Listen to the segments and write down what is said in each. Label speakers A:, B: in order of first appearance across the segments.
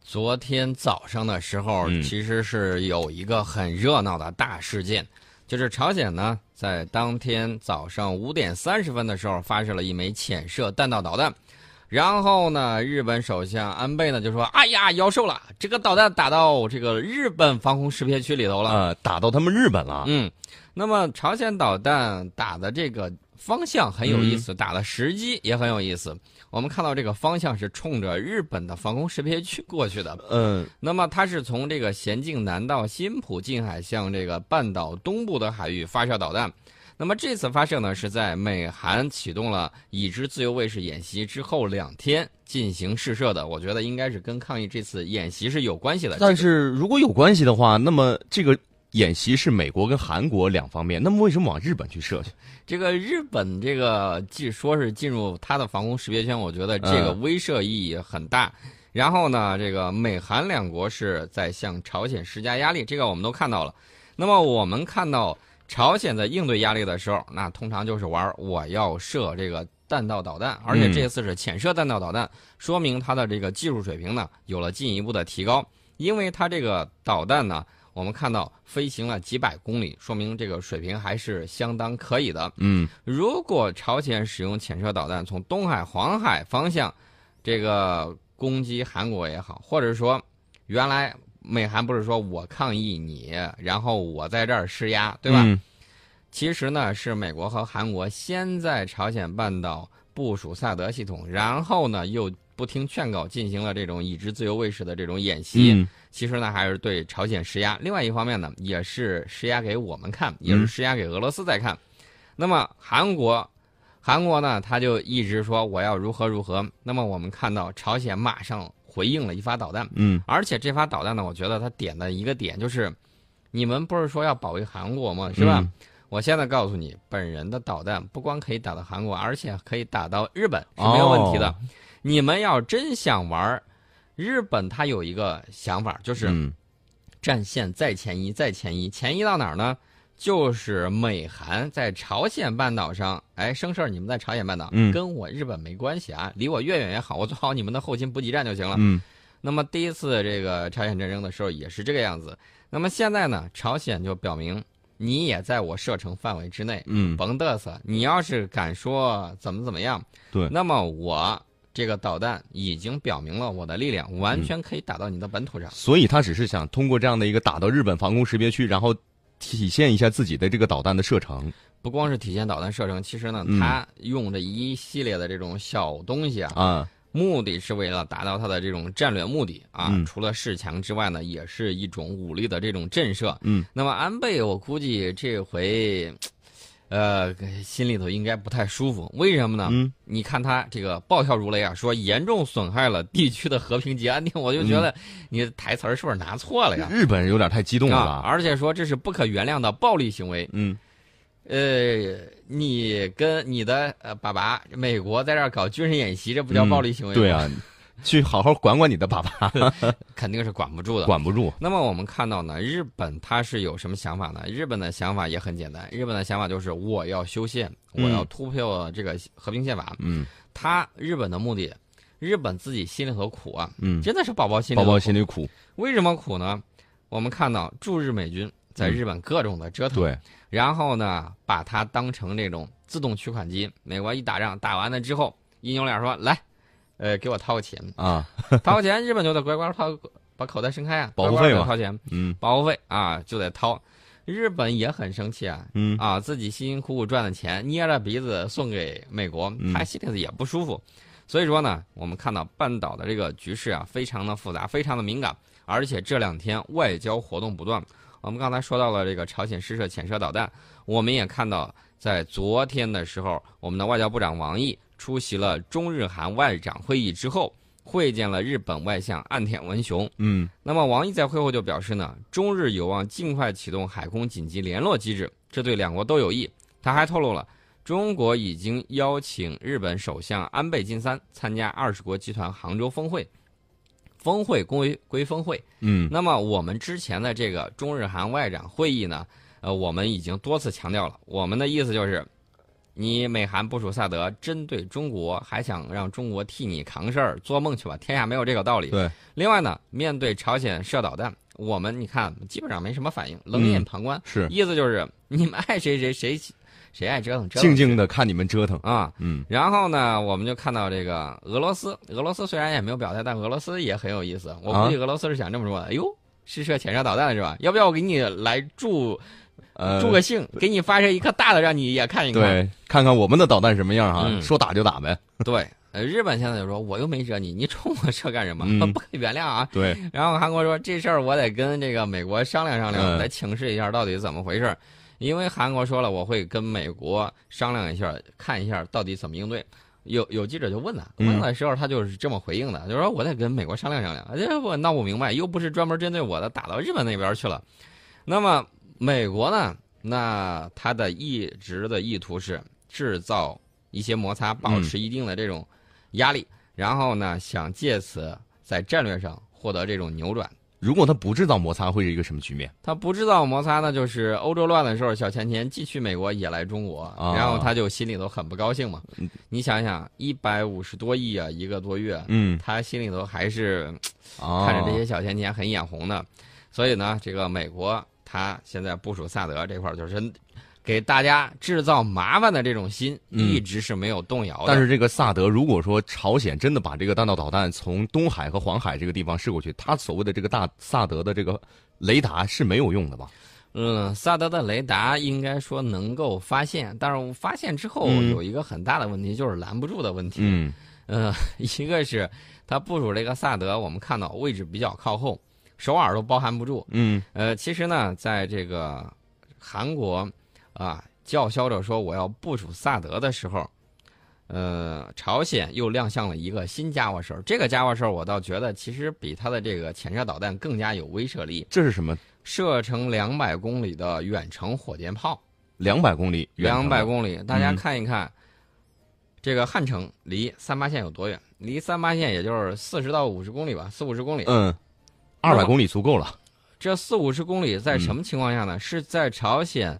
A: 昨天早上的时候，
B: 嗯
A: 其实是有一个很热闹的大事件，就是朝鲜呢在当天早上五点三十分的时候发射了一枚潜射弹道导弹，然后呢，日本首相安倍呢就说：“哎呀，妖兽了，这个导弹打到这个日本防空识别区里头了。
B: 呃，打到他们日本了。
A: 嗯，那么朝鲜导弹打的这个方向很有意思，打的时机也很有意思。我们看到这个方向是冲着日本的防空识别区过去的，
B: 嗯
A: 那么它是从这个咸镜南道新浦近海向这个半岛东部的海域发射导弹。那么这次发射呢，是在美韩启动了已知自由卫士演习之后两天进行试射的。我觉得应该是跟抗议这次演习是有关系的。
B: 但是如果有关系的话，那么这个演习是美国跟韩国两方面，那么为什么往日本去射去？
A: 这个日本这个既说是进入它的防空识别圈，我觉得这个
B: 嗯
A: 威慑意义很大。然后呢，这个美韩两国是在向朝鲜施加压力，这个我们都看到了。那么我们看到朝鲜在应对压力的时候，那通常就是玩儿我要射这个弹道导弹，而且这次是潜射弹道导弹，说明它的这个技术水平呢有了进一步的提高。因为它这个导弹呢，我们看到飞行了几百公里，说明这个水平还是相当可以的。
B: 嗯，
A: 如果朝鲜使用潜射导弹从东海、黄海方向，这个攻击韩国也好，或者说原来美韩不是说我抗议你，然后我在这儿施压，对吧？
B: 嗯
A: 其实呢，是美国和韩国先在朝鲜半岛部署萨德系统，然后呢又不听劝告进行了这种已知自由卫士的这种演习。
B: 嗯
A: 其实呢，还是对朝鲜施压。另外一方面呢，也是施压给我们看，也是施压给俄罗斯在看。那么韩国，韩国呢，他就一直说我要如何如何。那么我们看到朝鲜马上回应了一发导弹，
B: 嗯
A: 而且这发导弹呢，我觉得它点的一个点就是，你们不是说要保卫韩国吗？是吧？
B: 嗯
A: 我现在告诉你，本人的导弹不光可以打到韩国，而且可以打到日本是没有问题的。
B: 哦
A: 你们要真想玩儿，日本它有一个想法，就是
B: 嗯
A: 战线再前移，再前移，前移到哪儿呢？就是美韩在朝鲜半岛上，哎，生事儿你们在朝鲜半岛，
B: 嗯
A: 跟我日本没关系啊，离我越远越好，我做好你们的后勤补给站就行了。
B: 嗯
A: 那么第一次这个朝鲜战争的时候也是这个样子。那么现在呢，朝鲜就表明你也在我射程范围之内，
B: 嗯，
A: 甭嘚瑟。你要是敢说怎么怎么样，
B: 对
A: 那么我这个导弹已经表明了我的力量，完全可以打到你的本土上。
B: 所以他只是想通过这样的一个打到日本防空识别区，然后体现一下自己的这个导弹的射程。
A: 不光是体现导弹射程，其实呢，
B: 嗯
A: 它用这一系列的这种小东西啊，
B: 啊，
A: 目的是为了达到它的这种战略目的啊。
B: 嗯
A: 除了示强之外呢，也是一种武力的这种震慑。
B: 嗯，
A: 那么安倍，我估计这回，呃，心里头应该不太舒服。为什么呢？
B: 嗯
A: 你看他这个暴跳如雷啊，说严重损害了地区的和平及安定，我就觉得你台词儿是不是拿错哎了呀？
B: 日本人有点太嗯激动了
A: 啊！
B: 吧？
A: 而且说这是不可原谅的暴力行为。
B: 嗯
A: 呃，你跟你的呃爸爸，美国在这儿搞军事演习，这不叫暴力行为、
B: 对，啊，去好好管管你的爸爸，
A: 肯定是管不住的。
B: 管不住。
A: 那么我们看到呢，日本它是有什么想法呢？日本的想法也很简单，日本的想法就是我要修宪，我
B: 嗯
A: 要突破这个和平宪法。
B: 嗯
A: 它日本的目的，日本自己心里头苦啊，
B: 嗯，
A: 真的是宝宝心里
B: 宝
A: 头
B: 宝
A: 苦
B: 心里苦。
A: 为什么苦呢？我们看到驻日美军在日本各种的折腾，
B: 嗯对，
A: 然后呢，把它当成这种自动取款机。美国一打仗，打完了之后，一扭脸说：“来，呃，给我掏个钱，
B: 啊，
A: 掏个钱。”日本就得乖乖掏，把口袋伸开啊，
B: 保护
A: 乖乖地
B: 费嘛
A: 掏钱，
B: 嗯
A: 保护费啊就得掏。日本也很生气啊，
B: 嗯
A: 啊，自己辛辛苦苦赚的钱，捏着鼻子送给美国
B: 嗯，
A: 他心里头也不舒服。所以说呢，我们看到半岛的这个局势啊，非常的复杂，非常的敏感，而且这两天外交活动不断。我们刚才说到了这个朝鲜试射潜射导弹，我们也看到，在昨天的时候，我们的外交部长王毅出席了中日韩外长会议之后，会见了日本外相岸田文雄。
B: 嗯
A: 那么王毅在会后就表示呢，中日有望尽快启动海空紧急联络机制，这对两国都有益。他还透露了，中国已经邀请日本首相安倍晋三参加二十国集团杭州峰会，峰会归归峰会。
B: 嗯
A: 那么我们之前的这个中日韩外长会议呢，呃，我们已经多次强调了，我们的意思就是，你美韩部署萨德，针对中国，还想让中国替你扛事儿，做梦去吧！天下没有这个道理。
B: 对。
A: 另外呢，面对朝鲜射导弹，我们你看基本上没什么反应，冷眼旁观，
B: 是
A: 意思就是你们爱谁谁谁谁爱折腾折腾。
B: 静静的看你们折腾。
A: 啊，
B: 嗯，
A: 然后呢，我们就看到这个俄罗斯，俄罗斯虽然也没有表态，但俄罗斯也很有意思。我
B: 啊
A: 估计俄罗斯是想这么说的：哎呦，试射潜射导弹了是吧？要不要我给你来助
B: 呃，
A: 助个兴，给你发射一颗大的，让你也看一看？
B: 对，看看我们的导弹什么样哈，
A: 嗯
B: 说打就打呗。
A: 对，呃，日本现在就说我又没惹你，你冲我这干什么？
B: 嗯
A: 不可以原谅啊！
B: 对，
A: 然后韩国说这事儿我得跟这个美国商量商量，
B: 嗯
A: 再请示一下到底怎么回事儿。因为韩国说了，我会跟美国商量一下，看一下到底怎么应对。有有记者就问他，
B: 嗯
A: 问的时候他就是这么回应的，就说我得跟美国商量商量。这我闹不明白，又不是专门针对我的，打到日本那边去了。那么美国呢？那他的一直的意图是制造一些摩擦，保持一定的这种压力，然后呢，想借此在战略上获得这种扭转。
B: 如果他不制造摩擦，会是一个什么局面？
A: 他不制造摩擦呢，就是欧洲乱的时候，小钱钱既去美国也来中国，
B: 啊
A: 然后他就心里头很不高兴嘛。你想想，一百五十多亿啊，一个多月，
B: 嗯，
A: 他心里头还是
B: 啊，
A: 看着这些小钱钱很眼红的，所以呢，这个美国他现在部署萨德这块儿就是给大家制造麻烦的这种心，
B: 嗯
A: 一直是没有动摇的。
B: 但是这个萨德，如果说朝鲜真的把这个弹道导弹从东海和黄海这个地方试过去，它所谓的这个大萨德的这个雷达是没有用的吧？
A: 嗯，萨德的雷达应该说能够发现，但是发现之后
B: 嗯
A: 有一个很大的问题，就是拦不住的问题。
B: 嗯，
A: 嗯、 一个是它部署这个萨德，我们看到位置比较靠后，首尔都包含不住。
B: 嗯，
A: 呃，其实呢，在这个韩国啊，叫嚣着说我要部署萨德的时候，呃，朝鲜又亮相了一个新家伙事儿。这个家伙事儿，我倒觉得其实比它的这个潜射导弹更加有威慑力，
B: 这是什么？
A: 射程两百公里的远程火箭炮。
B: 两百公里，远程
A: 两百公里，大家
B: 嗯
A: 看一看，这个汉城离三八线有多远？离三八线也就是四十到五十公里吧，四五十公里。
B: 嗯，二百公里足够了。
A: 这四五十公里
B: 嗯
A: 在什么情况下呢？是在朝鲜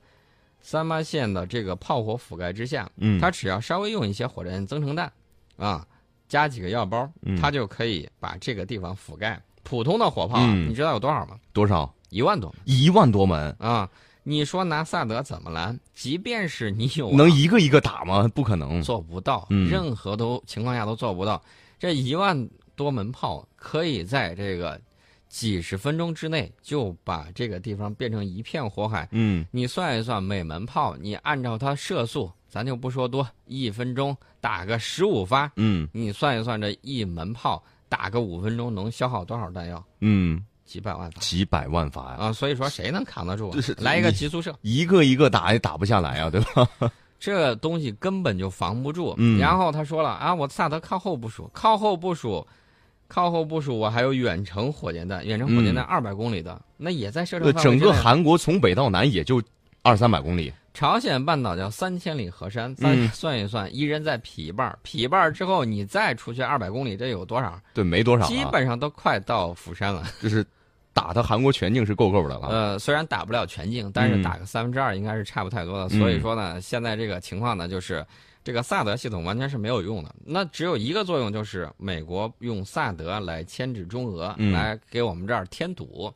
A: 三八线的这个炮火覆盖之下，
B: 嗯，
A: 它只要稍微用一些火箭增程弹，啊，加几个药包，
B: 嗯
A: 它就可以把这个地方覆盖。普通的火炮啊，
B: 嗯
A: 你知道有多少吗？
B: 多少？
A: 一万多
B: 一万多门，
A: 啊！你说拿萨德怎么拦？即便是你有
B: 能
A: 啊
B: 一个一个打吗？不可能。
A: 做不到，
B: 嗯
A: 任何都情况下都做不到。这一万多门炮可以在这个几十分钟之内就把这个地方变成一片火海。
B: 嗯，
A: 你算一算，每门炮你按照它射速，咱就不说多，一分钟打个十五发，
B: 嗯
A: 你算一算这一门炮打个五分钟能消耗多少弹药？
B: 嗯，
A: 几百万发
B: 几百万发呀、
A: 啊！所以说谁能扛得住啊
B: 这是？
A: 来一个
B: 你
A: 急速射。
B: 一个一个打也打不下来啊，对吧？
A: 这东西根本就防不住。
B: 嗯
A: 然后他说了啊，我萨德靠后部署，靠后部署，靠后部署，我还有远程火箭弹，远程火箭弹二百公里的，那也在射程
B: 嗯呃
A: 范围
B: 整
A: 之
B: 个
A: 内啊
B: 韩国从北到南也就二三百公里。
A: 朝鲜半岛叫三千里河山，咱
B: 嗯
A: 算一算，一人再劈一半儿，劈一半儿之后，你再出去二百公里，这有多少？
B: 对，没多少、啊，
A: 基本上都快到釜山了。
B: 就是打他韩国全境是够够的了。啊
A: 呃，虽然打不了全境，但是
B: 嗯
A: 打个三分之二应该是差不太多的。
B: 嗯
A: 所以说呢，现在这个情况呢，就是这个萨德系统完全是没有用的。那只有一个作用，就是美国用萨德来牵制中俄，
B: 嗯
A: 来给我们这儿添堵。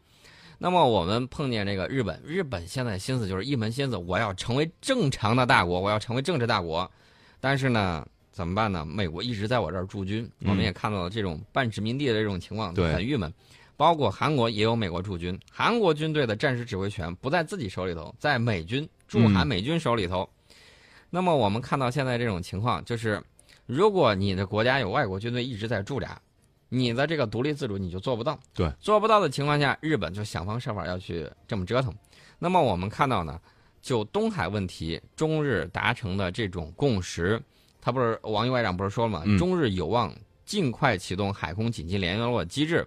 A: 那么我们碰见这个日本，日本现在心思就是一门心思，我要成为正常的大国，我要成为政治大国。但是呢，怎么办呢？美国一直在我这儿驻军，
B: 嗯
A: 我们也看到了这种半殖民地的这种情况，
B: 对
A: 很郁闷。包括韩国也有美国驻军，韩国军队的战时指挥权不在自己手里头，在美军驻韩
B: 嗯
A: 美军手里头。那么我们看到现在这种情况，就是如果你的国家有外国军队一直在驻扎，你的这个独立自主你就做不到。
B: 对，
A: 做不到的情况下，日本就想方设法要去这么折腾。那么我们看到呢，就东海问题，中日达成的这种共识，他不是王毅外长不是说了吗？
B: 嗯
A: 中日有望尽快启动海空紧急联络机制。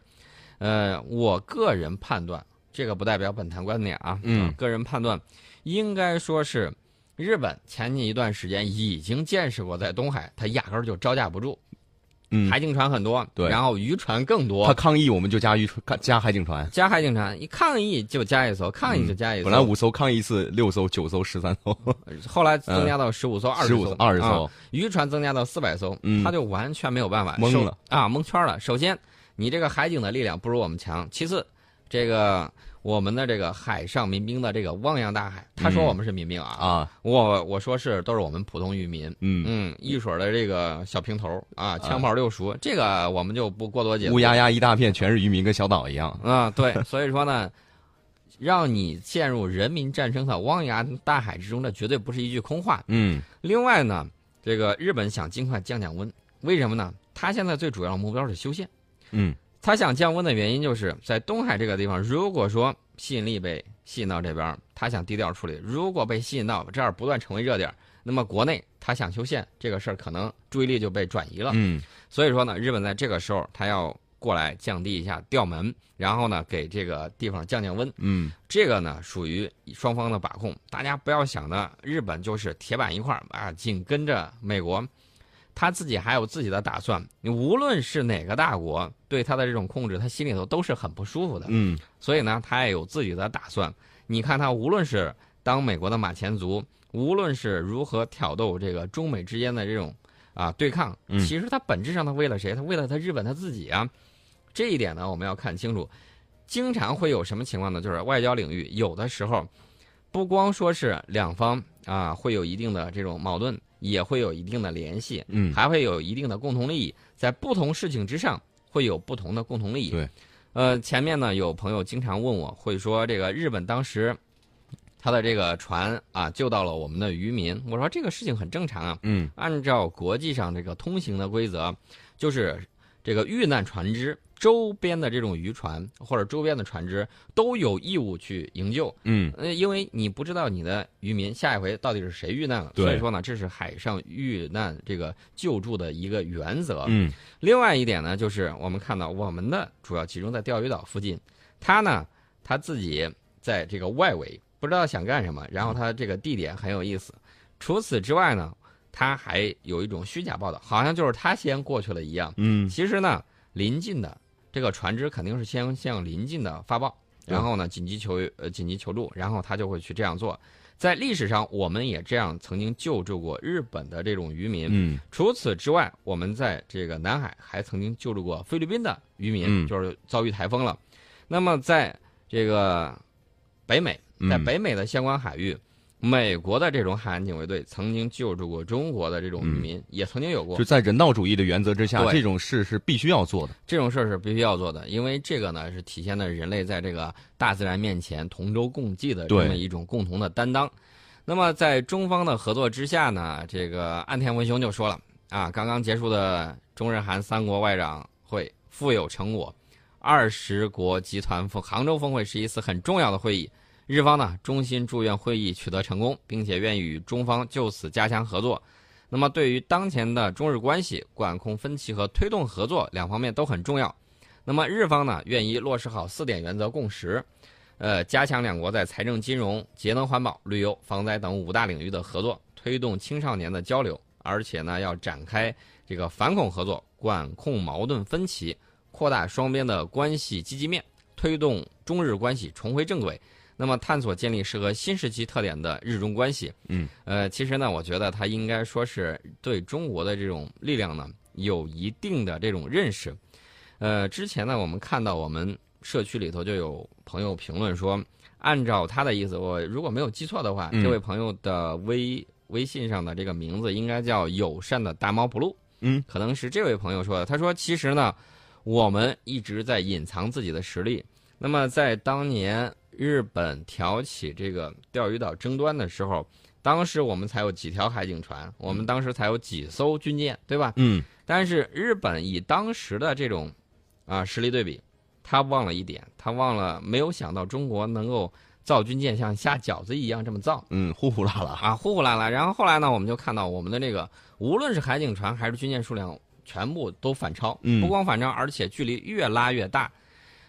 A: 呃，我个人判断，这个不代表本台观点啊，
B: 嗯
A: 我个人判断，应该说是日本前近一段时间已经见识过在东海，它压根儿就招架不住。
B: 嗯
A: 海警船很多，
B: 对
A: 然后渔船更
B: 他
A: 多，
B: 抗议，我们就加渔船加海警船。
A: 加海警船一抗议就加一艘，抗议就加一艘，
B: 嗯本来五艘抗议一次，六艘、九艘、十三艘、
A: 后来增加到十五艘、二
B: 嗯十
A: 十
B: 五
A: 艘、
B: 二十
A: 啊
B: 艘，
A: 渔船增加到四百艘，
B: 嗯
A: 他就完全没有办法，
B: 懵
A: 首
B: 了
A: 啊，蒙圈了。首先，你这个海警的力量不如我们强；其次，这个我们的这个海上民兵的这个汪洋大海，他说
B: 嗯
A: 我们是民兵啊，
B: 啊，
A: 我我说是都是我们普通渔民。
B: 嗯，
A: 嗯，一水儿的这个小平头啊，枪炮六熟，这个我们就不过多解释。
B: 乌压压一大片，全是渔民，跟小岛一样。
A: 啊，对，所以说呢，让你陷入人民战争的汪洋大海之中，这绝对不是一句空话。
B: 嗯
A: 另外呢，这个日本想尽快降降温，为什么呢？它现在最主要的目标是修宪。
B: 嗯
A: 它想降温的原因就是在东海这个地方，如果说吸引力被吸引到这边，它想低调处理；如果被吸引到这儿不断成为热点，那么国内它想修宪这个事儿，可能注意力就被转移了。
B: 嗯
A: 所以说呢，日本在这个时候，它要过来降低一下调门，然后呢，给这个地方降降温。
B: 嗯
A: 这个呢属于双方的把控，大家不要想呢，日本就是铁板一块儿啊，紧跟着美国，他自己还有自己的打算。你无论是哪个大国对他的这种控制，他心里头都是很不舒服的，
B: 嗯
A: 所以呢，他也有自己的打算。你看他无论是当美国的马前卒，无论是如何挑逗这个中美之间的这种啊对抗，
B: 嗯
A: 其实他本质上他为了谁？他为了他日本他自己啊。这一点呢，我们要看清楚。经常会有什么情况呢？就是外交领域有的时候，不光说是两方啊会有一定的这种矛盾，也会有一定的联系，
B: 嗯
A: 还会有一定的共同利益，在不同事情之上会有不同的共同利益。
B: 对，
A: 呃，前面呢有朋友经常问我，会说这个日本当时他的这个船啊救到了我们的渔民，我说这个事情很正常啊，
B: 嗯
A: 按照国际上这个通行的规则，就是这个遇难船只周边的这种渔船或者周边的船只都有义务去营救，
B: 嗯
A: 呃，因为你不知道你的渔民下一回到底是谁遇难了，
B: 对
A: 所以说呢，这是海上遇难这个救助的一个原则。
B: 嗯
A: 另外一点呢，就是我们看到我们的主要集中在钓鱼岛附近，他呢他自己在这个外围不知道想干什么，然后他这个地点很有意思。除此之外呢，他还有一种虚假报道，好像就是他先过去了一样。
B: 嗯
A: 其实呢，邻近的这个船只肯定是先向邻近的发报，
B: 对
A: 然后呢紧急求呃紧急求助，然后他就会去这样做。在历史上，我们也这样曾经救助过日本的这种渔民。
B: 嗯
A: 除此之外，我们在这个南海还曾经救助过菲律宾的渔民，
B: 嗯
A: 就是遭遇台风了。那么在这个北美，
B: 嗯
A: 在北美的相关海域，美国的这种海岸警卫队曾经救助过中国的这种渔民，
B: 嗯
A: 也曾经有过
B: 就在人道主义的原则之下，
A: 对
B: 这种事是必须要做的。
A: 这种事儿是必须要做的，因为这个呢是体现了人类在这个大自然面前同舟共济的这
B: 对
A: 么一种共同的担当。那么在中方的合作之下呢，这个岸田文雄就说了啊，刚刚结束的中日韩三国外长会富有成果，二十国集团峰杭州峰会是一次很重要的会议。日方呢，衷心祝愿会议取得成功，并且愿意与中方就此加强合作。那么，对于当前的中日关系，管控分歧和推动合作两方面都很重要。那么，日方呢，愿意落实好四点原则共识，呃，加强两国在财政、金融、节能环保、旅游、防灾等五大领域的合作，推动青少年的交流，而且呢，要展开这个反恐合作，管控矛盾分歧，扩大双边的关系积极面，推动中日关系重回正轨。那么，探索建立适合新时期特点的日中关系。
B: 嗯，
A: 呃，其实呢，我觉得他应该说是对中国的这种力量呢，有一定的这种认识。呃，之前呢，我们看到我们社区里头就有朋友评论说，按照他的意思，我如果没有记错的话，
B: 嗯
A: 这位朋友的微微信上的这个名字应该叫友善的大猫 blue，
B: 嗯，
A: 可能是这位朋友说的。他说，其实呢，我们一直在隐藏自己的实力。那么在当年日本挑起这个钓鱼岛争端的时候，当时我们才有几条海警船，我们当时才有几艘军舰，对吧？
B: 嗯
A: 但是日本以当时的这种啊实力对比，他忘了一点，他忘了没有想到中国能够造军舰像下饺子一样这么造
B: 嗯，呼呼啦啦。
A: 啊，呼呼啦啦。然后后来呢，我们就看到我们的这个无论是海警船还是军舰数量，全部都反超，
B: 嗯
A: 不光反超，而且距离越拉越大。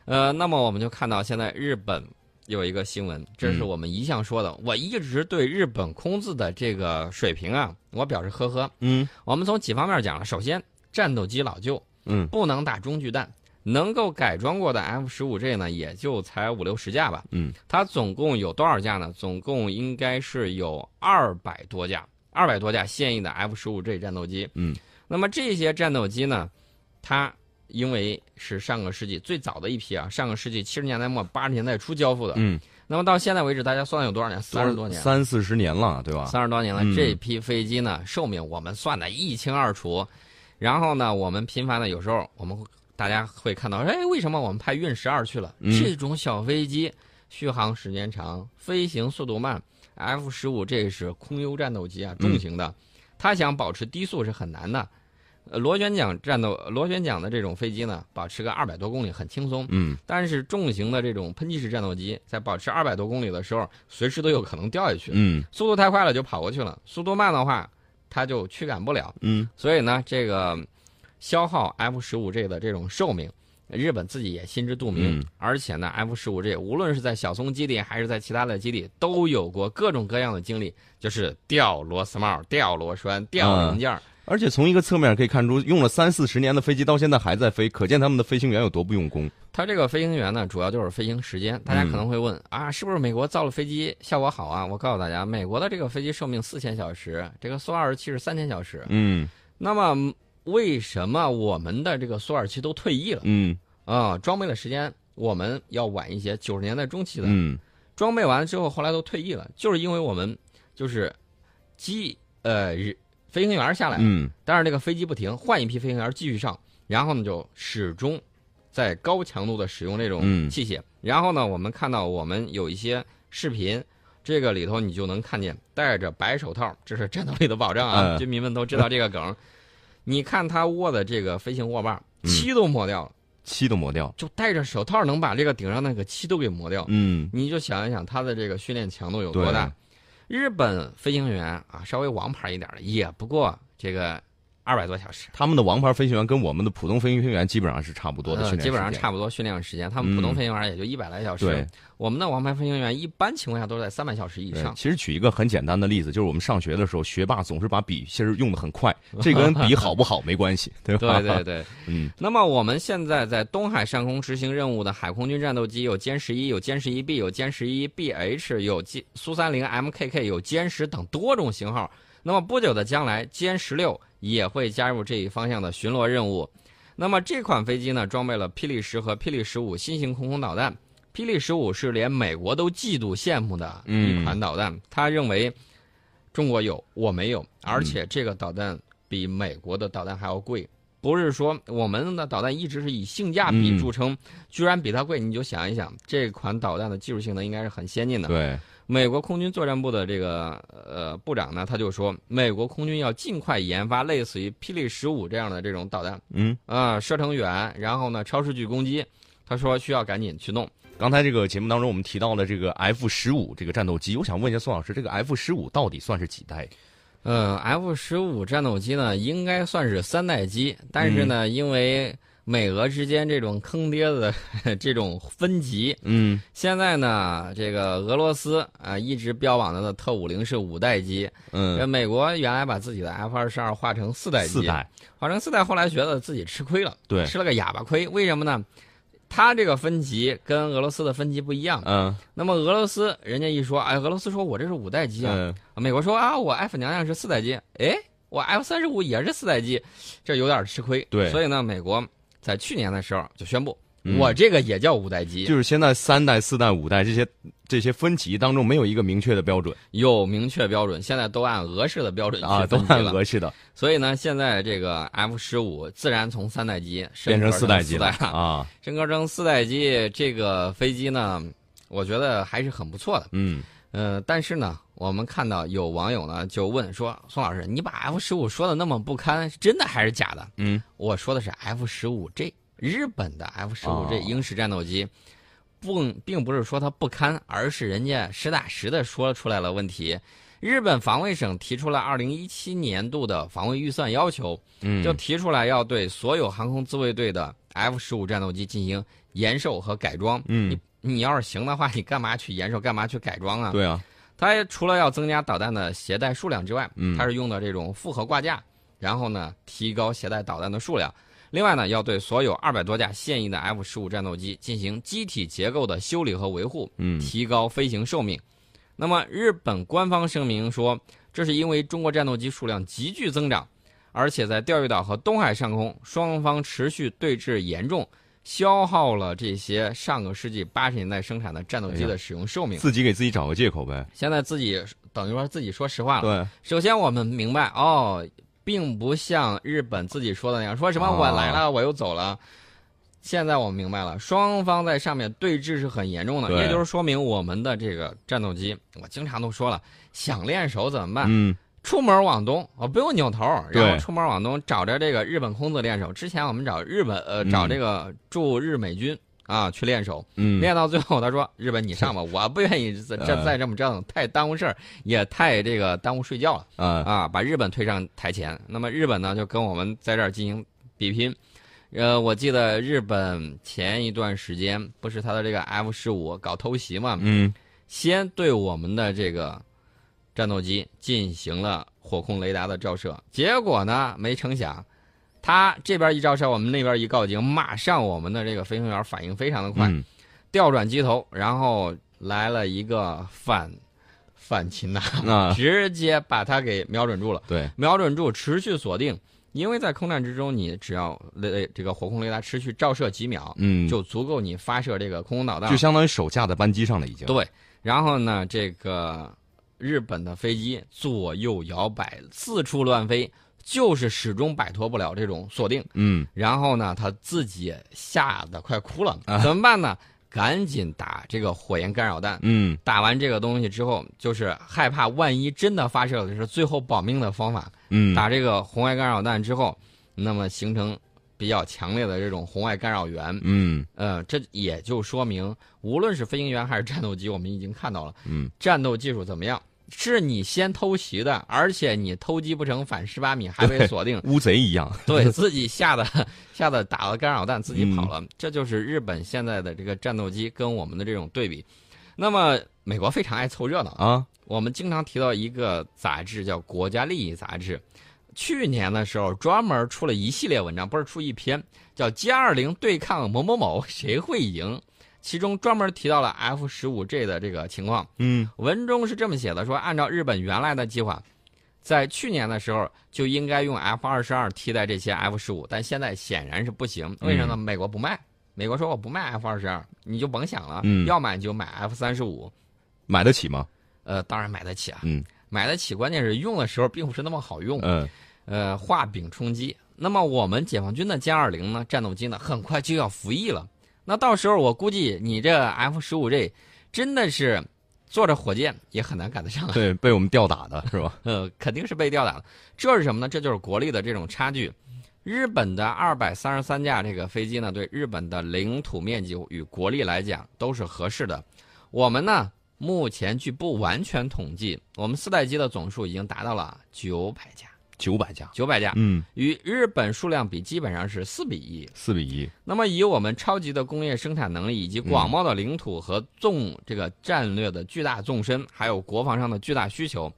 A: 呃，那么我们就看到现在日本。有一个新闻，这是
B: 嗯
A: 我们一向说的。我一直对日本空自的这个水平啊，我表示呵呵。
B: 嗯
A: 我们从几方面讲了。首先，战斗机老旧，
B: 嗯
A: 不能打中巨弹。能够改装过的 F 十五 J 呢，也就才五六十架吧。
B: 嗯，
A: 它总共有多少架呢？总共应该是有二百多架，二百多架现役的 F 十五 J 战斗机。
B: 嗯，
A: 那么这些战斗机呢，它因为是上个世纪最早的一批啊，上个世纪七十年代末八十年代初交付的。
B: 嗯，
A: 那么到现在为止，大家算有多少年？三十多年。
B: 三四十年了，对吧？
A: 三十多年了，
B: 嗯
A: 这批飞机呢，寿命我们算的一清二楚。然后呢，我们频繁的有时候我们会大家会看到，哎，为什么我们派运十二去了？
B: 嗯
A: 这种小飞机续航时间长，飞行速度慢，F 十五这是空优战斗机啊，
B: 嗯
A: 重型的，它想保持低速是很难的。呃螺旋桨战斗螺旋桨的这种飞机呢，保持个二百多公里很轻松。
B: 嗯
A: 但是重型的这种喷气式战斗机，在保持二百多公里的时候，随时都有可能掉下去。
B: 嗯
A: 速度太快了就跑过去了，速度慢的话，它就驱赶不了。
B: 嗯
A: 所以呢，这个消耗 F 十五 J 的这种寿命，日本自己也心知肚明。
B: 嗯
A: 而且呢，F 十五 J 无论是在小松基地还是在其他的基地，都有过各种各样的经历，就是掉螺丝帽、掉螺栓、掉零件儿。
B: 而且从一个侧面可以看出，用了三四十年的飞机到现在还在飞，可见他们的飞行员有多不用功。
A: 它这个飞行员呢，主要就是飞行时间。大家可能会问、啊，是不是美国造了飞机效果好啊？我告诉大家，美国的这个飞机寿命四千小时，这个苏 -27 是三千小时。
B: 嗯
A: 那么嗯为什么我们的这个苏二七都退役了
B: 嗯
A: 啊、装备的时间我们要晚一些，九十年代中期的、
B: 嗯
A: 装备完了之后，后来都退役了，就是因为我们就是机呃人飞行员下来，
B: 嗯
A: 但是这个飞机不停，换一批飞行员继续上，然后呢就始终在高强度的使用这种
B: 嗯
A: 器械。然后呢，我们看到我们有一些视频，这个里头你就能看见戴着白手套，这是战斗力的保障啊！
B: 嗯
A: 军民们都知道这个梗。你看他握的这个飞行握把，
B: 嗯
A: 漆都磨掉了，
B: 漆都磨掉。
A: 就戴着手套能把这个顶上那个漆都给磨掉。
B: 嗯
A: 你就想一想他的这个训练强度有多大。日本飞行员啊，稍微王牌一点的，也不过这个二百多小时，
B: 他们的王牌飞行员跟我们的普通飞行员基本上是差不多的
A: 呃
B: 训练
A: 基本上
B: 时间
A: 差不多训练时间。他们普通
B: 嗯
A: 飞行员也就一百来小时，
B: 对
A: 我们的王牌飞行员一般情况下都是在三百小时以
B: 对
A: 上。
B: 其实举一个很简单的例子，就是我们上学的时候，学霸总是把笔其实用的 很快，这跟笔好不好没关系，对吧？
A: 对对，对，
B: 嗯
A: 那么我们现在在东海上空执行任务的海空军战斗机有歼十一、有歼十一 B、有歼十一 BH、有歼苏三零 MKK、有歼十等多种型号。那么不久的将来，歼十六也会加入这一方向的巡逻任务。那么这款飞机呢，装备了霹雳十和霹雳十五新型空空导弹。霹雳十五是连美国都嫉妒羡慕的
B: 嗯
A: 一款导弹，他认为中国有我没有，
B: 嗯
A: 而且这个导弹比美国的导弹还要贵。不是说我们的导弹一直是以性价比
B: 嗯
A: 著称，居然比它贵，你就想一想，这款导弹的技术性能应该是很先进的。
B: 对，
A: 美国空军作战部的这个呃部长呢，他就说，美国空军要尽快研发类似于霹雳十五这样的这种导弹，
B: 嗯，
A: 啊、射程远，然后呢超视距攻击，他说需要赶紧去弄。
B: 刚才这个节目当中我们提到了这个 F 十五这个战斗机，我想问一下宋老师，这个 F 十五到底算是几代？
A: 呃，F 十五战斗机呢，应该算是三代机，但是呢，
B: 嗯
A: 因为美俄之间这种坑爹的 这种分级，
B: 嗯
A: 现在呢，这个俄罗斯啊、一直标榜它的特五零是五代机，
B: 嗯
A: 这，美国原来把自己的 F 二十二划成四代机，
B: 四代，
A: 划成四代，后来觉得自己吃亏了，
B: 对，
A: 吃了个哑巴亏，为什么呢？它这个分级跟俄罗斯的分级不一样，
B: 嗯
A: 那么俄罗斯人家一说，哎，俄罗斯说我这是五代机啊，
B: 嗯，
A: 美国说啊，我 F 娘娘是四代机，哎，我 F 三十五也是四代机，这有点吃亏。
B: 对
A: 所以呢，美国在去年的时候就宣布，
B: 嗯
A: 我这个也叫五代机，
B: 就是现在三代、四代、五代这些这些分级当中没有一个明确的标准
A: 有明确标准，现在都按俄式的标准
B: 啊，
A: 去
B: 都
A: 分级
B: 按
A: 了。
B: 俄式的
A: 所以呢，现在这个 F 十五自然从三代机
B: 变成四
A: 四
B: 代机了
A: 了。
B: 啊，
A: 升格成四代机，这个飞机呢，我觉得还是很不错的。
B: 嗯
A: 呃，但是呢，我们看到有网友呢就问说：“宋老师，你把 F 十五说的那么不堪，是真的还是假的
B: 嗯？”
A: 我说的是 F 十五 J，日本的 F 十五 J
B: 哦
A: 英式战斗机，不，并不是说它不堪，而是人家实打实的说出来了问题。日本防卫省提出了2017年度的防卫预算要求，
B: 嗯，
A: 就提出来要对所有航空自卫队的 F 十五战斗机进行延寿和改装。
B: 嗯
A: 你你要是行的话，你干嘛去延寿，干嘛去改装啊？
B: 对啊，
A: 它除了要增加导弹的携带数量之外，
B: 嗯
A: 它是用的这种复合挂架，然后呢提高携带导弹的数量。另外呢，要对所有二百多架现役的 F 十五战斗机进行机体结构的修理和维护，
B: 嗯
A: 提高飞行寿命。那么，日本官方声明说，这是因为中国战斗机数量急剧增长，而且在钓鱼岛和东海上空，双方持续对峙严重，消耗了这些上个世纪八十年代生产的战斗机
B: 哎呀
A: 的使用寿命。
B: 自己给自己找个借口呗。
A: 现在自己等于说自己说实话了。
B: 对，
A: 首先，我们明白哦，并不像日本自己说的那样，说什么
B: 啊
A: 我来了，我又走了。现在我明白了，双方在上面对峙是很严重的，
B: 对
A: 也就是说明我们的这个战斗机，我经常都说了，想练手怎么办？
B: 嗯，
A: 出门往东，我不用扭头，然后
B: 对
A: 出门往东找着这个日本空子练手。之前我们找日本呃
B: 嗯
A: 找这个驻日美军啊去练手，
B: 嗯，
A: 练到最后，他说：“日本你 上吧，我不愿意再
B: 呃
A: 再再这么折腾，太耽误事儿，也太这个耽误睡觉了
B: 啊，
A: 啊！把日本推上台前。那么日本呢，就跟我们在这儿进行比拼。呃，我记得日本前一段时间不是他的这个 F 十五搞偷袭嘛，
B: 嗯，
A: 先对我们的这个战斗机进行了火控雷达的照射，结果呢，没成想，他这边一照射，我们那边一告警，马上我们的这个飞行员反应非常的快。
B: 嗯，
A: 调转机头，然后来了一个反反擒 拿，
B: 那
A: 直接把他给瞄准住了。
B: 啊对，
A: 瞄准住，持续锁定，因为在空战之中，你只要雷这个火控雷达持续照射几秒，
B: 嗯，
A: 就足够你发射这个空空导弹
B: 就
A: 了。
B: 相当于手架在扳机上了，已经。
A: 对，然后呢，这个日本的飞机左右摇摆，四处乱飞，就是始终摆脱不了这种锁定。
B: 嗯，
A: 然后呢，他自己吓得快哭了，
B: 啊
A: 怎么办呢？赶紧打这个火焰干扰弹。
B: 嗯，
A: 打完这个东西之后，就是害怕万一真的发射了，就是最后保命的方法。
B: 嗯，
A: 打这个红外干扰弹之后，那么形成比较强烈的这种红外干扰源。
B: 嗯，
A: 呃，这也就说明，无论是飞行员还是战斗机，我们已经看到了，
B: 嗯，
A: 战斗技术怎么样？是你先偷袭的，而且你偷鸡不成反十八米，还被
B: 对
A: 锁定。
B: 乌贼一样。
A: 对自己吓得 吓得打了干扰弹，自己跑
B: 嗯
A: 了。这就是日本现在的这个战斗机跟我们的这种对比。那么美国非常爱凑热闹，
B: 啊，
A: 我们经常提到一个杂志叫《国家利益杂志》，去年的时候专门出了一系列文章，不是出一篇，叫《歼二零对抗某某某 谁会赢》，其中专门提到了 F 十五 J 的这个情况。
B: 嗯
A: 文中是这么写的：说按照日本原来的计划，在去年的时候就应该用 F 二十二替代这些 F 十五，但现在显然是不行。为什么呢？美国不卖，美国说我不卖 F 二十二，你就甭想了，
B: 嗯
A: 要买你就买 F 三十五。
B: 买得起吗？
A: 呃，当然买得起啊，
B: 嗯
A: 买得起，关键是用的时候并不是那么好用。
B: 嗯
A: 呃，画饼充饥。那么我们解放军的歼二零呢，战斗机呢，很快就要服役了。那到时候我估计你这 F 十五 J 真的是坐着火箭也很难赶得上啊。
B: 对，被我们吊打的是吧？
A: 呃，肯定是被吊打了。这是什么呢？这就是国力的这种差距。日本的二百三十三架这个飞机呢，对日本的领土面积与国力来讲都是合适的。我们呢，目前据不完全统计，我们四代机的总数已经达到了九百架，
B: 九百架，
A: 九百架，
B: 嗯，
A: 与日本数量比基本上是四比一。
B: 四比一，
A: 那么，以我们超级的工业生产能力，以及广袤的领土和纵这个战略的巨大纵深，还有国防上的巨大需求，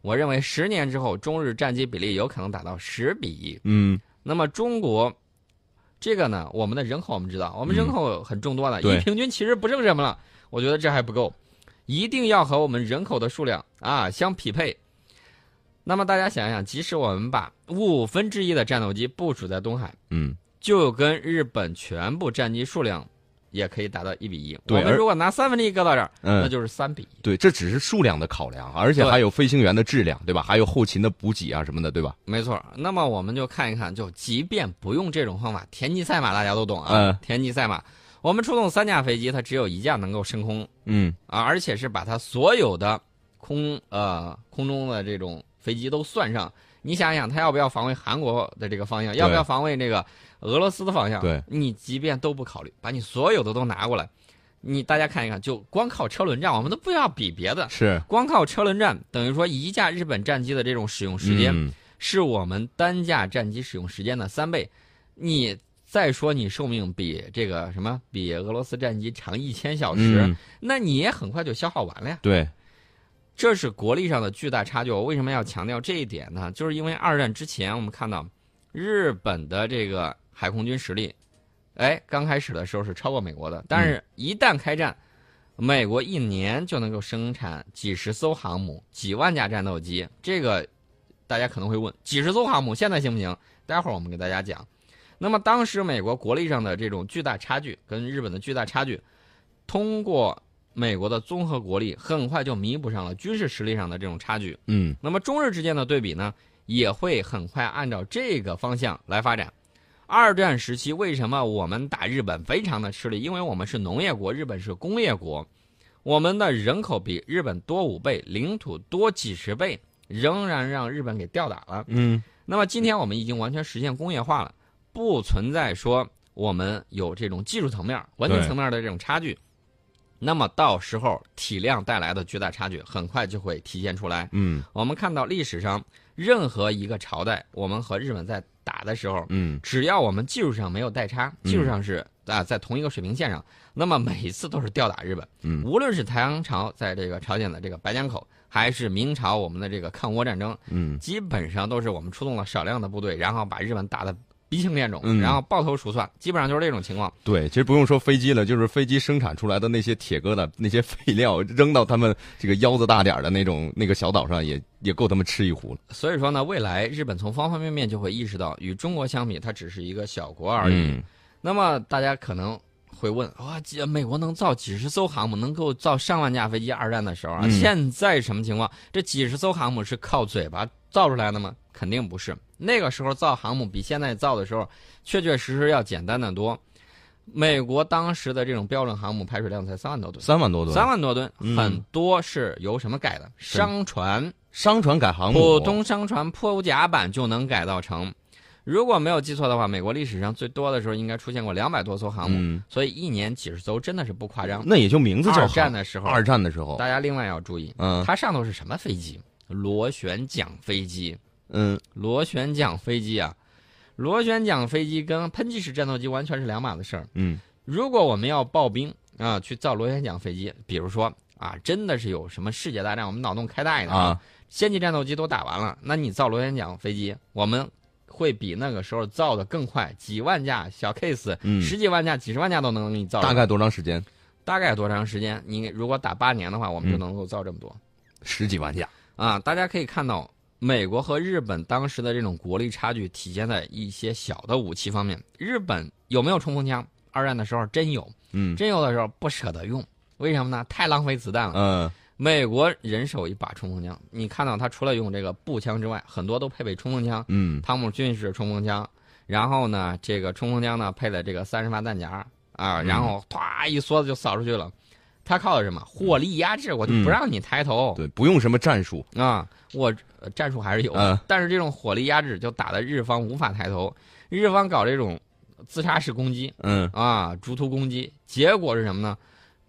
A: 我认为十年之后，中日战机比例有可能达到十比一。
B: 嗯，
A: 那么，中国这个呢，我们的人口我们知道，我们人口很众多的，
B: 对
A: 一平均其实不剩什么了。我觉得这还不够，一定要和我们人口的数量啊相匹配。那么大家想一想，即使我们把五分之一的战斗机部署在东海。
B: 嗯，
A: 就跟日本全部战机数量也可以达到一比一。
B: 对
A: 我们
B: 而
A: 如果拿三分之一搁到这儿，那
B: 嗯，
A: 就是三比一。
B: 对，这只是数量的考量，啊而且
A: 对
B: 还有飞行员的质量，对吧？还有后勤的补给啊什么的，对吧？
A: 没错。那么我们就看一看，就即便不用这种方法，田忌赛马大家都懂啊。
B: 嗯
A: 田忌赛马，我们出动三架飞机，它只有一架能够升空
B: 嗯
A: 啊，而且是把它所有的空呃空中的这种飞机都算上。你想想，它要不要防卫韩国的这个方向？要不要防卫这个俄罗斯的方向？
B: 对，
A: 你即便都不考虑，把你所有的都拿过来，你大家看一看，就光靠车轮战，我们都不要比别的，
B: 是
A: 光靠车轮战，等于说一架日本战机的这种使用时间，
B: 嗯
A: 是我们单架战机使用时间的三倍。你再说你寿命比这个什么比俄罗斯战机长一千小时，
B: 嗯
A: 那你也很快就消耗完了呀。
B: 对，
A: 这是国力上的巨大差距。我为什么要强调这一点呢？就是因为二战之前，我们看到日本的这个海空军实力，哎，刚开始的时候是超过美国的，但是一旦开战，美国一年就能够生产几十艘航母、几万架战斗机。这个大家可能会问，几十艘航母现在行不行？待会儿我们给大家讲。那么当时美国国力上的这种巨大差距，跟日本的巨大差距，通过美国的综合国力，很快就弥补上了军事实力上的这种差距。
B: 嗯
A: 那么中日之间的对比呢，也会很快按照这个方向来发展。二战时期为什么我们打日本非常的吃力？因为我们是农业国，日本是工业国，我们的人口比日本多五倍，领土多几十倍，仍然让日本给吊打了。
B: 嗯
A: 那么今天我们已经完全实现工业化了，不存在说我们有这种技术层面、文明
B: 对
A: 层面的这种差距。那么到时候体量带来的巨大差距，很快就会体现出来。
B: 嗯
A: 我们看到历史上任何一个朝代，我们和日本在打的时候，
B: 嗯
A: 只要我们技术上没有代差，
B: 嗯
A: 技术上是啊、在同一个水平线上，那么每一次都是吊打日本。
B: 嗯
A: 无论是唐朝在这个朝鲜的这个白江口，还是明朝我们的这个抗倭战争，
B: 嗯
A: 基本上都是我们出动了少量的部队，然后把日本打得鼻青面肿，
B: 嗯
A: 然后抱头鼠窜，基本上就是这种情况。
B: 对，其实不用说飞机了，就是飞机生产出来的那些铁疙瘩、那些废料，扔到他们这个腰子大点儿的那种那个小岛上也，也够他们吃一壶了。
A: 所以说呢，未来日本从方方面面就会意识到，与中国相比，它只是一个小国而已。
B: 嗯
A: 那么大家可能会问，哇，几美国能造几十艘航母，能够造上万架飞机？二战的时候啊，
B: 嗯
A: 现在什么情况？这几十艘航母是靠嘴巴造出来的吗？肯定不是。那个时候造航母比现在造的时候，确确实实要简单的多。美国当时的这种标准航母排水量才三万多吨，
B: 三万多吨，
A: 三万多吨，
B: 嗯
A: 很多是由什么改的？商船。
B: 商船改航母，
A: 普通商船破甲板就能改造成。如果没有记错的话，美国历史上最多的时候应该出现过两百多艘航母，
B: 嗯
A: 所以一年几十艘真的是不夸张。
B: 那也就名字叫
A: 二
B: 航
A: 战的时候，
B: 二战的时候，
A: 大家另外要注意，
B: 嗯
A: 它上头是什么飞机？螺旋桨飞机，
B: 嗯
A: 螺旋桨飞机啊，螺旋桨飞机跟喷气式战斗机完全是两码子事儿。
B: 嗯
A: 如果我们要刨冰啊、去造螺旋桨飞机，比如说啊，真的是有什么世界大战，我们脑洞开大一点
B: 啊，
A: 先进战斗机都打完了，那你造螺旋桨飞机，我们会比那个时候造的更快，几万架小 case，、
B: 嗯
A: 十几万架、几十万架都能给你造出来。
B: 大概多长时间？
A: 大概多长时间？你如果打八年的话，我们就
B: 嗯
A: 能够造这么多、
B: 十几万架。
A: 啊！大家可以看到，美国和日本当时的这种国力差距体现在一些小的武器方面。日本有没有冲锋枪？二战的时候真有，
B: 嗯
A: 真有的时候不舍得用，为什么呢？太浪费子弹了。
B: 嗯
A: 美国人手一把冲锋枪，你看到他除了用这个步枪之外，很多都配备冲锋枪，
B: 嗯
A: 汤姆逊式冲锋枪。然后呢，这个冲锋枪呢配了这个三十发弹夹
B: 嗯
A: 啊，然后唰一梭子就扫出去了。他靠的什么？火力压制，我就不让你抬头、
B: 嗯对，不用什么战术。
A: 啊！我呃战术还是有的，
B: 嗯
A: 但是这种火力压制就打得日方无法抬头，日方搞这种自杀式攻击，
B: 嗯
A: 啊，逐突攻击，结果是什么呢？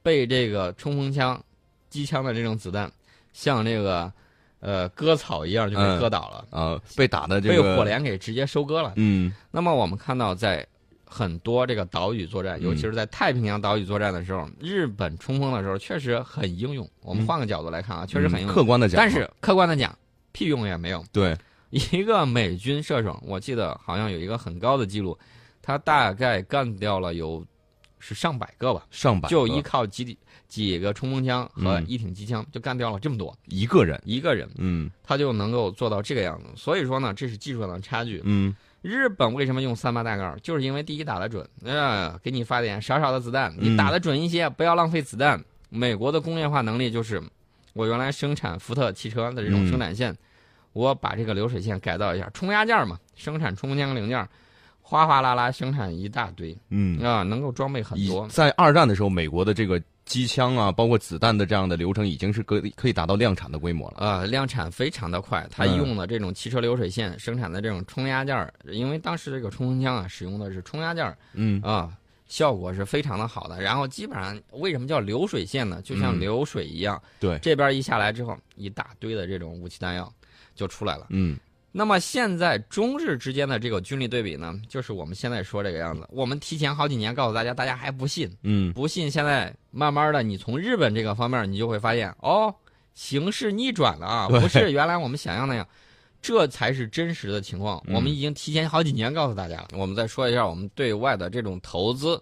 A: 被这个冲锋枪、机枪的这种子弹，像这个呃割草一样就给
B: 嗯
A: 割倒了，
B: 啊，被打的这
A: 被
B: 个
A: 火联给直接收割了。
B: 嗯
A: 那么我们看到，在很多这个岛屿作战，尤
B: 嗯
A: 其是在太平洋岛屿作战的时候，日本冲锋的时候确实很英勇。我们
B: 嗯
A: 换个角度来看啊，确实很
B: 嗯
A: 英
B: 客
A: 勇，
B: 观的讲，
A: 但是客观的讲，屁用也没有。
B: 对
A: 一个美军射手，我记得好像有一个很高的记录，他大概干掉了有是上百个吧，
B: 上百
A: 就
B: 个
A: 依靠几几个冲锋枪和
B: 嗯
A: 一挺机枪就干掉了这么多
B: 一个人。
A: 一个人，
B: 嗯
A: 他就能够做到这个样子。所以说呢，这是技术上的差距。
B: 嗯
A: 日本为什么用三八大盖儿？就是因为第一打得准，呃，给你发点少少的子弹，你
B: 嗯
A: 打得准一些，不要浪费子弹。美国的工业化能力就是，我原来生产福特汽车的这种
B: 嗯
A: 生产线，我把这个流水线改造一下，冲压件儿嘛，生产冲锋枪零件儿，哗哗啦啦生产一大堆
B: 嗯，
A: 啊、能够装备很
B: 以
A: 多。
B: 在二战的时候，美国的这个机枪啊，包括子弹的这样的流程，已经是可以可以达到量产的规模了。
A: 呃，量产非常的快，它
B: 嗯
A: 用的这种汽车流水线生产的这种冲压件儿，因为当时这个冲锋枪啊使用的是冲压件儿，
B: 嗯
A: 啊，效果是非常的好的。然后基本上为什么叫流水线呢？就像
B: 嗯
A: 流水一样，
B: 对
A: 这边一下来之后，一大堆的这种武器弹药就出来了。
B: 嗯
A: 那么现在中日之间的这个军力对比呢，就是我们现在说这个样子。我们提前好几年告诉大家，大家还不信，
B: 嗯
A: 不信。现在慢慢的，你从日本这个方面，你就会发现哦。形势逆转了啊，
B: 对
A: 不是原来我们想象那样，这才是真实的情况。
B: 嗯
A: 我们已经提前好几年告诉大家了。我们再说一下我们对外的这种投资，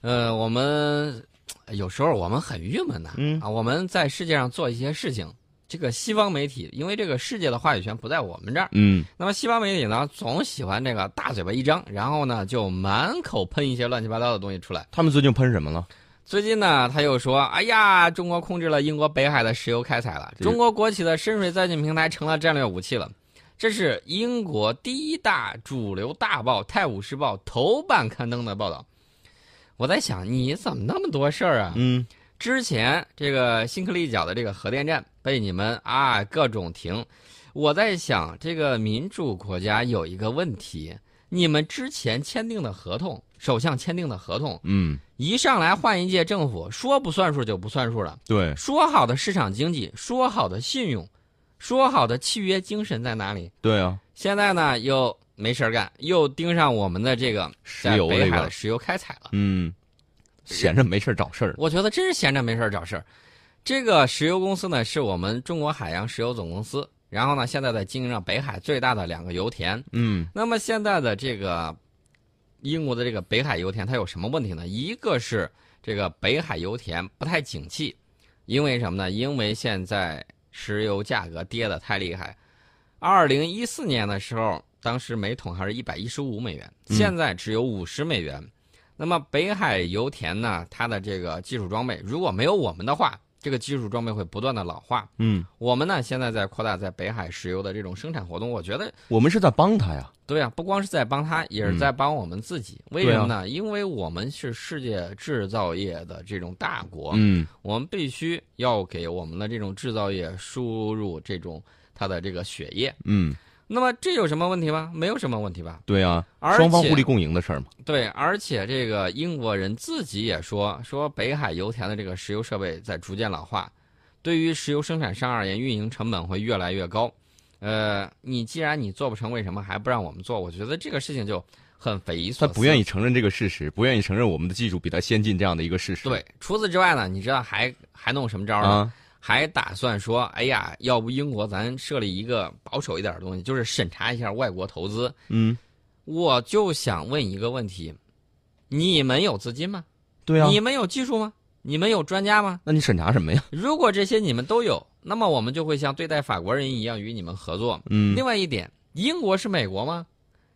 A: 呃，我们呃有时候我们很郁闷呐、
B: 嗯
A: 啊，我们在世界上做一些事情，这个西方媒体因为这个世界的话语权不在我们这儿，
B: 嗯，
A: 那么西方媒体呢总喜欢这个大嘴巴一张，然后呢就满口喷一些乱七八糟的东西出来。
B: 他们最近喷什么了？
A: 最近呢，他又说：“哎呀，中国控制了英国北海的石油开采了，
B: 这
A: 中国国企的深水钻井平台成了战略武器了。”这是英国第一大主流大报《泰晤士报》头版刊登的报道。我在想，你怎么那么多事儿啊？
B: 嗯，
A: 之前这个新克利角的这个核电站被你们啊各种停，我在想，这个民主国家有一个问题，你们之前签订的合同，首相签订的合同。
B: 嗯，
A: 一上来换一届政府，说不算数就不算数了。
B: 对，
A: 说好的市场经济，说好的信用，说好的契约精神在哪里？
B: 对啊，
A: 现在呢，又没事儿干，又盯上我们的这个
B: 石
A: 在
B: 油
A: 北
B: 这
A: 海的
B: 个，
A: 石油开采了。
B: 嗯，闲着没事儿找事儿，
A: 我觉得真是闲着没事儿找事儿。这个石油公司呢，是我们中国海洋石油总公司，然后呢，现在在经营着北海最大的两个油田。
B: 嗯
A: 那么现在的这个英国的这个北海油田，它有什么问题呢？一个是这个北海油田不太景气，因为什么呢？因为现在石油价格跌得太厉害。二零一四年的时候，当时每桶还是一百一十五美元，
B: 嗯
A: 现在只有五十美元。那么北海油田呢，它的这个技术装备如果没有我们的话，这个技术装备会不断的老化。
B: 嗯，
A: 我们呢，现在在扩大在北海石油的这种生产活动，我觉得
B: 我们是在帮他呀，
A: 对啊，不光是在帮他，也是
B: 嗯
A: 在帮我们自己。为
B: 啊
A: 什么呢？因为我们是世界制造业的这种大国，
B: 嗯
A: 我们必须要给我们的这种制造业输入这种它的这个血液。
B: 嗯，
A: 那么这有什么问题吗？没有什么问题吧？
B: 对啊，
A: 而且
B: 双方互利共赢的事儿嘛，
A: 对，而且这个英国人自己也说，说北海油田的这个石油设备在逐渐老化，对于石油生产商而言，运营成本会越来越高。呃，你既然你做不成，为什么还不让我们做？我觉得这个事情就很匪夷
B: 他
A: 所思。
B: 不愿
A: 意。
B: 意承认这个事实，不愿意承认我们的技术比他先进这样的一个事实，
A: 对，除此之外呢，你知道还还弄什么招儿呢？
B: 啊，
A: 还打算说，哎呀，要不英国咱设立一个保守一点的东西，就是审查一下外国投资。
B: 嗯，
A: 我就想问一个问题：你们有资金吗？
B: 对啊，
A: 你们有技术吗？你们有专家吗？
B: 那你审查什么呀？
A: 如果这些你们都有，那么我们就会像对待法国人一样与你们合作。
B: 嗯
A: 另外一点，英国是美国吗？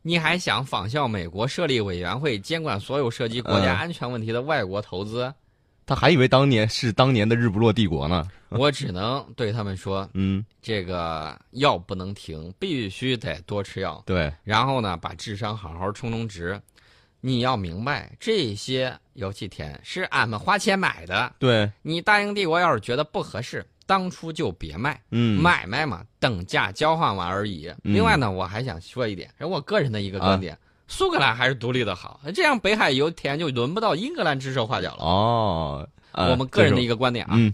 A: 你还想仿效美国设立委员会监管所有涉及国家
B: 嗯
A: 安全问题的外国投资？
B: 他还以为当年是当年的日不落帝国呢，
A: 我只能对他们说，
B: 嗯，
A: 这个药不能停，必须得多吃药。
B: 对，
A: 然后呢，把智商好好充充值。你要明白，这些油气田是俺们花钱买的，
B: 对，
A: 你大英帝国要是觉得不合适，当初就别卖，
B: 嗯，
A: 买卖嘛，等价交换完而已。
B: 嗯啊
A: 另外呢，我还想说一点，是我个人的一个观点，苏格兰还是独立的好，这样北海油田就轮不到英格兰指手画脚了。
B: 哦，呃
A: 我们个人的
B: 这
A: 一
B: 是
A: 个观点啊。
B: 嗯。